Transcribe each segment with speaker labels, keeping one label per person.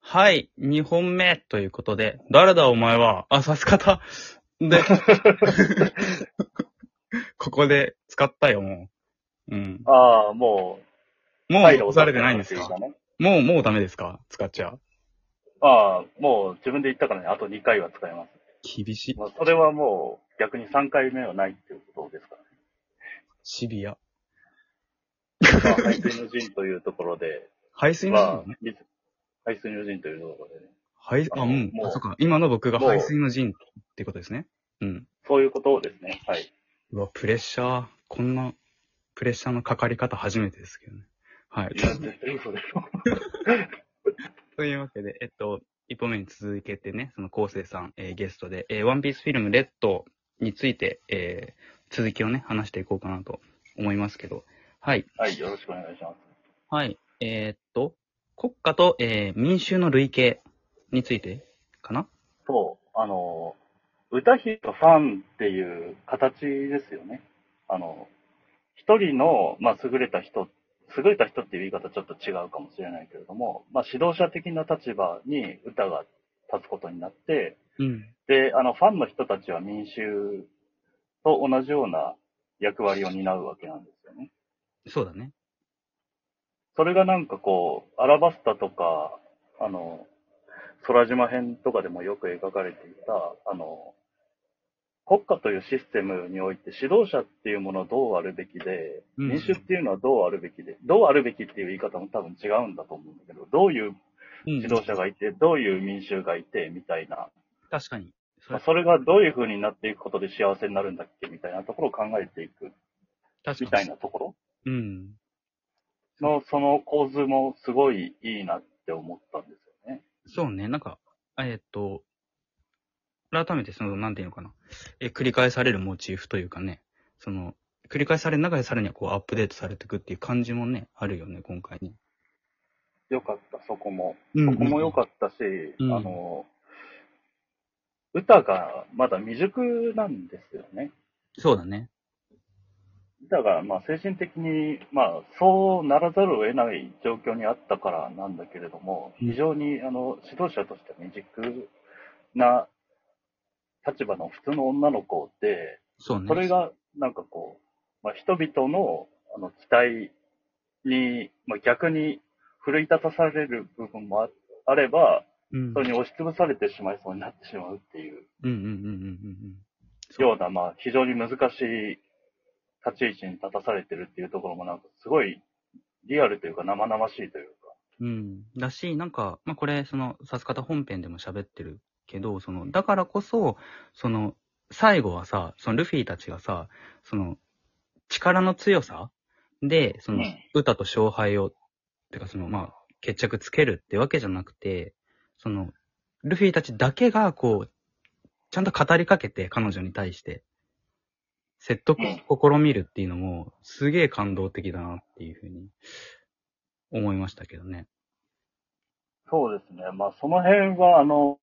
Speaker 1: はい、2本目ということで、誰だお前は、あ、さす方。で、 ここで使ったよ、もう。うん。
Speaker 2: ああ、もう、
Speaker 1: もう
Speaker 2: 配慮
Speaker 1: 押されてないんですか
Speaker 2: ね、
Speaker 1: もう、もうダメですか使っちゃう。
Speaker 2: ああ、もう自分で言ったからね、あと2回は使えま
Speaker 1: 厳しい
Speaker 2: す。。まあ、それはもう、逆に3回目はないっていうことですか
Speaker 1: シビア。
Speaker 2: らね。まあ、排水の陣というところで、
Speaker 1: 排水の陣
Speaker 2: まあ
Speaker 1: だね。、
Speaker 2: 水排水の陣というところでね、
Speaker 1: 排、あ、
Speaker 2: あ
Speaker 1: う
Speaker 2: の
Speaker 1: ん。
Speaker 2: もう
Speaker 1: あ、そっか。今の僕が
Speaker 2: もう
Speaker 1: 排水の陣ってことですね。うん。
Speaker 2: そういうことをですね、はい。
Speaker 1: うわ、プレッシャー。こんな、プレッシャーのかかり方初めてですけどね。はい。
Speaker 2: いや、絶対嘘でしょ。
Speaker 1: というわけで、えっと、一歩目に続けてね、その昴生さん、えーゲストで、えーワンピースフィルムレッドについて、えー続きをね、話していこうかなと思いますけど。はい。
Speaker 2: はい、よろしくお願いします。
Speaker 1: はい。えーっと、国家と、えー民衆の類型についてかな
Speaker 2: そう、あの、歌姫とファンっていう形ですよね。あの、一人の、まあ、優れた人、優れた人っていう言い方ちょっと違うかもしれないけれども、まあ、指導者的な立場に歌が立つことになって、
Speaker 1: うん。
Speaker 2: で、あの、ファンの人たちは民衆と同じような役割を担うわけなんですよね。
Speaker 1: そうだね。
Speaker 2: それがなんかこう、アラバスタとか、あの、空島編とかでもよく描かれていた、あの、国家というシステムにおいて指導者っていうものをどうあるべきで、
Speaker 1: うん
Speaker 2: 民主っていうのはどうあるべきで、どうあるべきっていう言い方も多分違うんだと思うんだけど、どういう
Speaker 1: うん
Speaker 2: 指導者がいて、どういう民衆がいて、みたいな、
Speaker 1: 確かに。そ
Speaker 2: まあ
Speaker 1: れ
Speaker 2: それがどういう風になっていくことで幸せになるんだっけ、みたいなところを考えていく、
Speaker 1: 確か
Speaker 2: みたいなところ
Speaker 1: うん。
Speaker 2: の、その構図もすごいいいなって思ったんですよね。
Speaker 1: そうね、なんか、えーっと、改めてその、なんていうのかな。え、繰り返されるモチーフというかね、その、繰り返される中でさらにはこうアップデートされていくっていう感じもね、あるよね、今回ね。
Speaker 2: よかった、そこも。
Speaker 1: う
Speaker 2: そこも良
Speaker 1: っ
Speaker 2: かったし、
Speaker 1: うん
Speaker 2: あの、歌がまだ未熟なんですよね。
Speaker 1: た。そうだね。
Speaker 2: 歌が、まあ、精神的に、まあ、そうならざるを得ない状況にあったからなんだけれども、
Speaker 1: うん
Speaker 2: 非常に、あの、指導者として未熟な立場の普通の女の子で、
Speaker 1: そうね。
Speaker 2: それが、なんかこう、まあ、人々のあの期待に、まあ、逆に奮い立たされる部分もああれば、
Speaker 1: うん、う
Speaker 2: 本
Speaker 1: ん
Speaker 2: 当に押しつぶされてしまいそうになってしまうっていう
Speaker 1: うんうんうんうんそう
Speaker 2: ような、まあ、非常に難しい立ち位置に立たされてるっていうところも、なんか、すごいリアルというか、生々しいという
Speaker 1: うん。うん。だし、なんか、まあ、これ、その、さす方本編でも喋ってるけど、その、だからこそ、その、最後はさ、そのルフィたちがさ、その、力の強さで、その
Speaker 2: うん、
Speaker 1: 歌と勝敗を、てかその、まあ、決着つけるってわけじゃなくて、その、ルフィたちだけが、こう、ちゃんと語りかけて、彼女に対して、説得を試みるっていうのも、すげえ感動的だなっていうふうに、思いましたけどね。
Speaker 2: か。そうですね。まあ、その辺は、あの、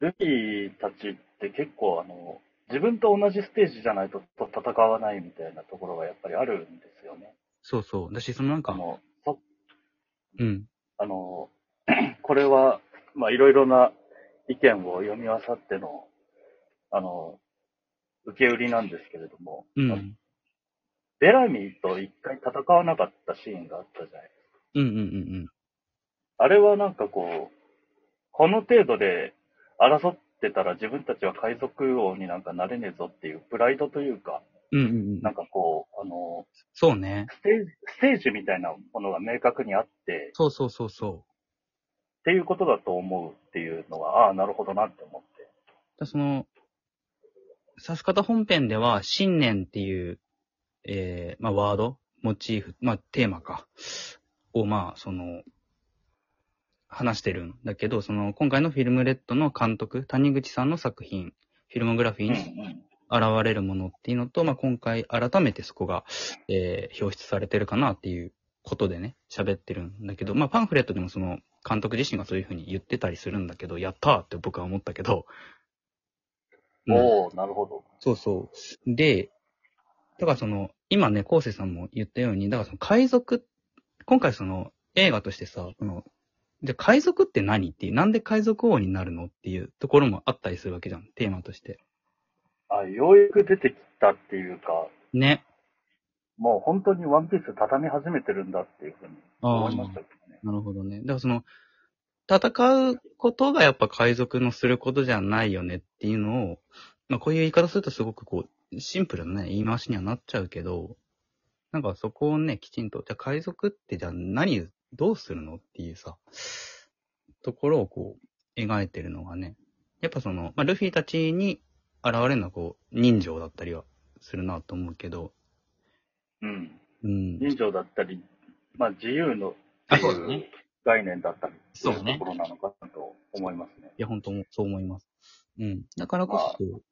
Speaker 2: ルフィたちって結構、あの、自分と同じステージじゃないとと戦わないみたいなところがやっぱりあるんですよね。
Speaker 1: そうそう。だし、そのなん
Speaker 2: あ
Speaker 1: か、
Speaker 2: の、そ
Speaker 1: うん。
Speaker 2: あの、 これは、まあ、いろいろな意見を読み漁っての、あの、受け売りなんですけれども、
Speaker 1: う
Speaker 2: あの
Speaker 1: ん。
Speaker 2: ベラミーと一回戦わなかったシーンがあったじゃないですか。
Speaker 1: うんうんうん
Speaker 2: あれはなんかこう、この程度で争ってたら自分たちは海賊王になんかなれねえぞっていうプライドというか、
Speaker 1: うん。うんうんう
Speaker 2: なん
Speaker 1: ん。
Speaker 2: かこう、あの、
Speaker 1: そうね。
Speaker 2: ステージ、ステージみたいなものが明確にあって、
Speaker 1: そうそうそうそ
Speaker 2: っていうことだと思うっていうのは、ああ、なるほどなって思って。
Speaker 1: う。だその、さす方本編では、信念っていう、えー、まあ、ワード、モチーフ、まあ、テーマか、を、まあ、その、話してるんだけど、その、今回のフィルムレッドの監督、谷口さんの作品、フィルモグラフィーに
Speaker 2: うんうん
Speaker 1: 現れるものっていうのと、まあ、今回改めてそこが、えー表出されてるかなっていうことでね、喋ってるんだけど、まあ、パンフレットでもその監督自身がそういうふうに言ってたりするんだけど、やったーって僕は思ったけど、うん
Speaker 2: おおなるほど。
Speaker 1: そうそう。で、だからその、今ね、昴生さんも言ったように、だからその海賊、今回その映画としてさ、このじゃあ海賊って何っていう、なんで海賊王になるのっていうところもあったりするわけじゃん、テーマとして。
Speaker 2: あ、ようやく出てきたっていうか、
Speaker 1: ね。
Speaker 2: もう本当にワンピース畳み始めてるんだっていうふうに
Speaker 1: あ
Speaker 2: 思
Speaker 1: あ、
Speaker 2: いま
Speaker 1: な
Speaker 2: したけどね。
Speaker 1: るほどね。だからその、戦うことがやっぱ海賊のすることじゃないよねっていうのを、まあこういう言い方するとすごくこう、シンプルなね、言い回しにはなっちゃうけど、なんかそこをね、きちんと、じゃあ海賊ってじゃあ何、どうするのっていうさ、ところをこう、描いてるのがね、やっぱその、まあ、ルフィたちに現れるのはこう、人情だったりはするなと思うけど、
Speaker 2: うん。
Speaker 1: うん。
Speaker 2: 人情だったり、まあ自由の
Speaker 1: あ、そうだね。
Speaker 2: 概念だったりって
Speaker 1: そう
Speaker 2: い
Speaker 1: ね
Speaker 2: うところなのかなと思いますね。
Speaker 1: いや、本当もそう思います。うん。だからこそ、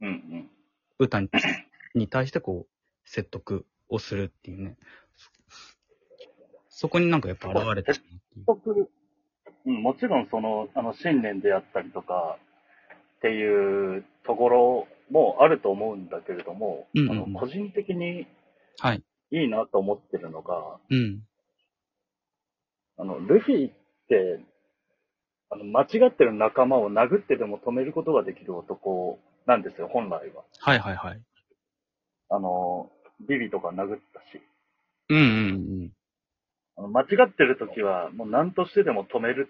Speaker 2: うんうん。
Speaker 1: 歌にに対してこう、説得をするっていうね。そそこになんかやっぱ現れてるなっていう。
Speaker 2: 僕、うん、もちろんその、あの、信念であったりとか、っていうところもあると思うんだけれども、
Speaker 1: うんうん
Speaker 2: あの個人的に
Speaker 1: はい。
Speaker 2: いいなと思ってるのが、
Speaker 1: うん。
Speaker 2: あの、ルフィって、あの、間違ってる仲間を殴ってでも止めることができる男なんですよ、本来は。
Speaker 1: はいはいはい。
Speaker 2: あの、ビビとか殴ったし。
Speaker 1: うんうん
Speaker 2: あの間違ってる時は、もう何としてでも止める、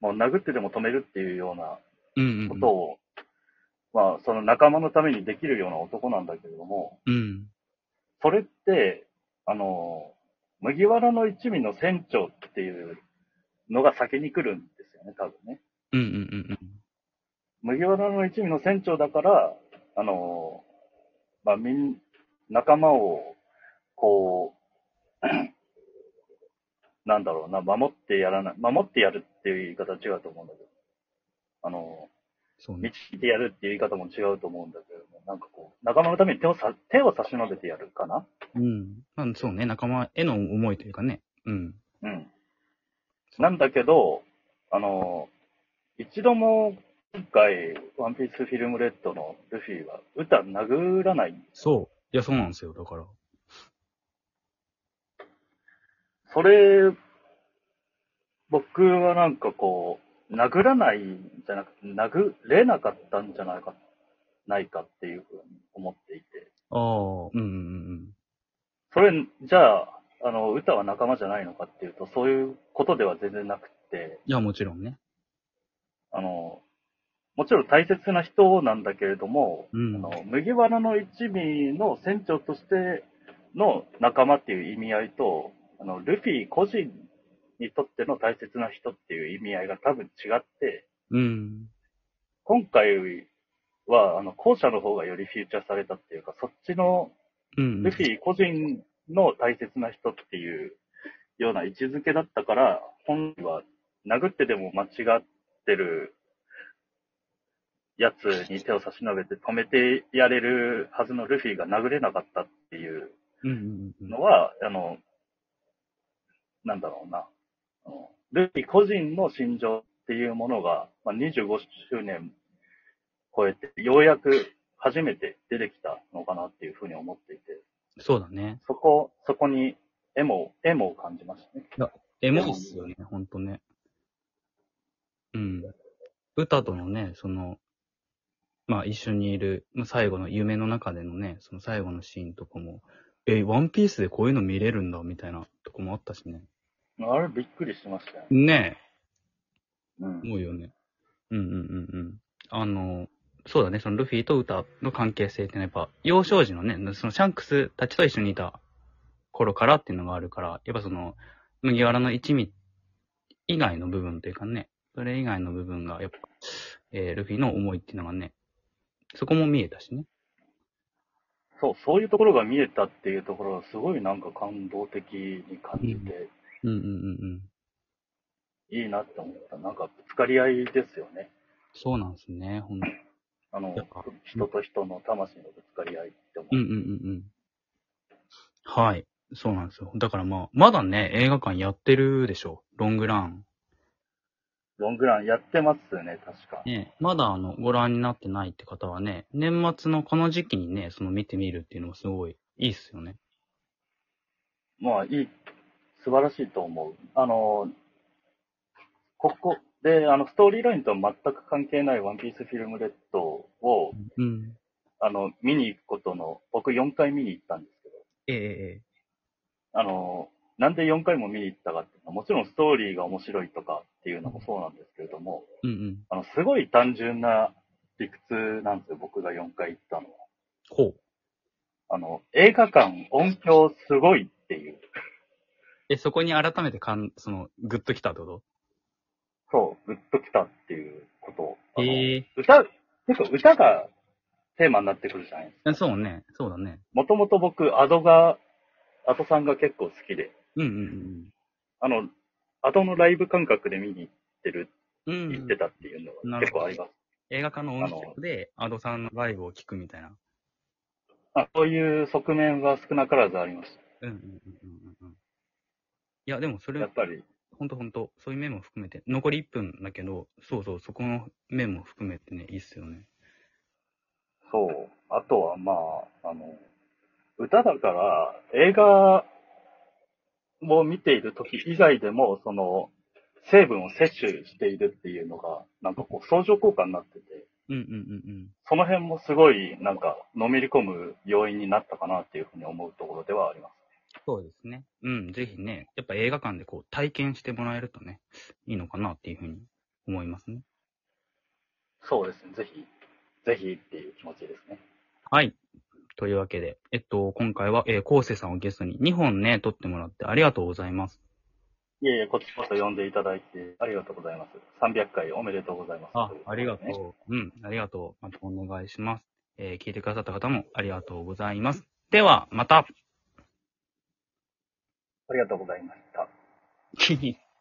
Speaker 2: もう殴ってでも止めるっていうような
Speaker 1: うん。うんう
Speaker 2: こ
Speaker 1: ん
Speaker 2: とを、まあ、その仲間のためにできるような男なんだけれども、
Speaker 1: うん。うん。
Speaker 2: それって、あの、麦わらの一味の船長っていうのが先に来るんですよね、多分ね。
Speaker 1: うんうんうん
Speaker 2: 麦わらの一味の船長だから、あの、まあ、みん、仲間を、こう、 なんだろうな、守ってやらない、守ってやるっていう言い方は違うと思うんだけど、あの、
Speaker 1: そうね。
Speaker 2: 導いてやるっていう言い方も違うと思うんだけども、なんかこう、仲間のために手をさ、手を差し伸べてやるかな
Speaker 1: うん。まあそうね。仲間への思いというかね。うん。
Speaker 2: うん。なんだけど、あの、一度も今回、ワンピースフィルムレッドのルフィは、歌殴らない
Speaker 1: そう。いや、そうなんですよ。だから。
Speaker 2: それ、僕はなんかこう、殴らないんじゃなくて、殴れなかったんじゃないか、ないかっていうふうに思っていて。
Speaker 1: ああ。うんうん
Speaker 2: それ、じゃあ、あの、歌は仲間じゃないのかっていうと、そういうことでは全然なくって、
Speaker 1: いや、もちろんね。
Speaker 2: あの、もちろん大切な人なんだけれども、
Speaker 1: うん
Speaker 2: あの麦わらの一味の船長としての仲間っていう意味合いと、あのルフィ個人にとっての大切な人っていう意味合いが多分違って、
Speaker 1: うん。
Speaker 2: 今回は、あの、後者の方がよりフィーチャーされたっていうか、そっちの
Speaker 1: うん。
Speaker 2: ルフィ個人の大切な人っていうような位置づけだったから、本来は殴ってでも間違ってるやつに手を差し伸べて止めてやれるはずのルフィが殴れなかったっていう
Speaker 1: うんうんうん。
Speaker 2: のは、あの、なんだろうな、あのルフィ個人の心情っていうものが、まあ、25周年超えて、ようやく初めて出てきたのかなっていうふうに思っていて。
Speaker 1: そうだね。
Speaker 2: そこ、そこにエモ、エモを感じましたね。
Speaker 1: エモいっすよね、ほんとね。うん。歌とのね、その、まあ一緒にいる、まあ、最後の夢の中でのね、その最後のシーンとかも、え、ワンピースでこういうの見れるんだ、みたいなとこもあったしね。
Speaker 2: あれびっくりしましたよね。
Speaker 1: ね
Speaker 2: う
Speaker 1: え、
Speaker 2: ん。
Speaker 1: 思うよね。うんうんうんうん。あの、そうだね、そのルフィと歌の関係性ってのはやっぱ、幼少時のね、そのシャンクスたちと一緒にいた頃からっていうのがあるから、やっぱその、麦わらの一味以外の部分というかね、それ以外の部分が、やっぱ、えールフィの思いっていうのがね、そこも見えたしね。
Speaker 2: そう、そういうところが見えたっていうところはすごいなんか感動的に感じて、
Speaker 1: うんうんうんうん。
Speaker 2: いいなって思った。なんかぶつかり合いですよね。
Speaker 1: そうなんですね、ほんと。
Speaker 2: あの
Speaker 1: やっぱ、
Speaker 2: 人と人の魂のぶつかり合いって思
Speaker 1: うんうんうんうん。はい。そうなんですよ。だからまあ、まだね、映画館やってるでしょ。ロングラン。
Speaker 2: う。ロングランやってますね、確か。
Speaker 1: ね、まだあの、ご覧になってないって方はね、年末のこの時期にね、その見てみるっていうのもすごいいいっすよね。
Speaker 2: まあ、いい、素晴らしいと思う。あの、ここ、で、あの、ストーリーラインとは全く関係ないワンピースフィルムレッドを、
Speaker 1: うん。
Speaker 2: あの、見に行くことの、僕4回見に行ったんですけど、
Speaker 1: えええ
Speaker 2: あの、なんで4回も見に行ったかっていうのは、もちろんストーリーが面白いとかっていうのもそうなんですけれども、
Speaker 1: え。うんうん。
Speaker 2: あの、すごい単純な理屈なんですよ、僕が4回行ったのは。
Speaker 1: ほう。
Speaker 2: あの、映画館音響すごいっていう。
Speaker 1: え、そこに改めてかん、その、グッときたってこ
Speaker 2: そう、グッときたっていうこと。
Speaker 1: と
Speaker 2: あの
Speaker 1: え
Speaker 2: 歌、結構歌がテーマになってくるじゃないですか。
Speaker 1: えそうね。そうだね。
Speaker 2: もともと僕、アドが、アドさんが結構好きで、
Speaker 1: うんうん
Speaker 2: あの、アドのライブ感覚で見に行ってる、
Speaker 1: うん。うん、
Speaker 2: 行ってたっていうの
Speaker 1: な
Speaker 2: は
Speaker 1: る
Speaker 2: 結
Speaker 1: ほど
Speaker 2: 構あります。
Speaker 1: 映画化の音楽で、アドさんのライブを聞くみたいな。
Speaker 2: あそういう側面は少なからずありまし
Speaker 1: うんうんうんうんうんうん。いや、でもそ
Speaker 2: た。や
Speaker 1: れ
Speaker 2: っ、ぱり、
Speaker 1: ほんとほんと、そういう面も含めて、残り1分だけど、そうそう、そこの面も含めてね、いいっすよね。
Speaker 2: そう。あとは、まあ、あの、歌だから、映画を見ている時以外でも、その、成分を摂取しているっていうのが、なんかこう、相乗効果になってて、
Speaker 1: うんうんうん
Speaker 2: その辺もすごい、なんか、のめり込む要因になったかなっていうふうに思うところではあります。
Speaker 1: うん。そうですね。うん、ぜひね、やっぱ映画館でこう、体験してもらえるとね、いいのかなっていうふうに思いますね。
Speaker 2: そうですね。ぜひ、ぜひっていう気持ちですね。
Speaker 1: はい。というわけで、えっと、今回は、えー、昴生さんをゲストに2本ね、撮ってもらってありがとうございます。
Speaker 2: いえいえ、こっちこそ呼んでいただいてありがとうございます。300回おめでとうございます。
Speaker 1: あ、ありが
Speaker 2: ね
Speaker 1: とう。うん、ありがとう。またお願いします。えー聞いてくださった方もありがとうございます。で は、また。
Speaker 2: ありがとうございました。
Speaker 1: 聞い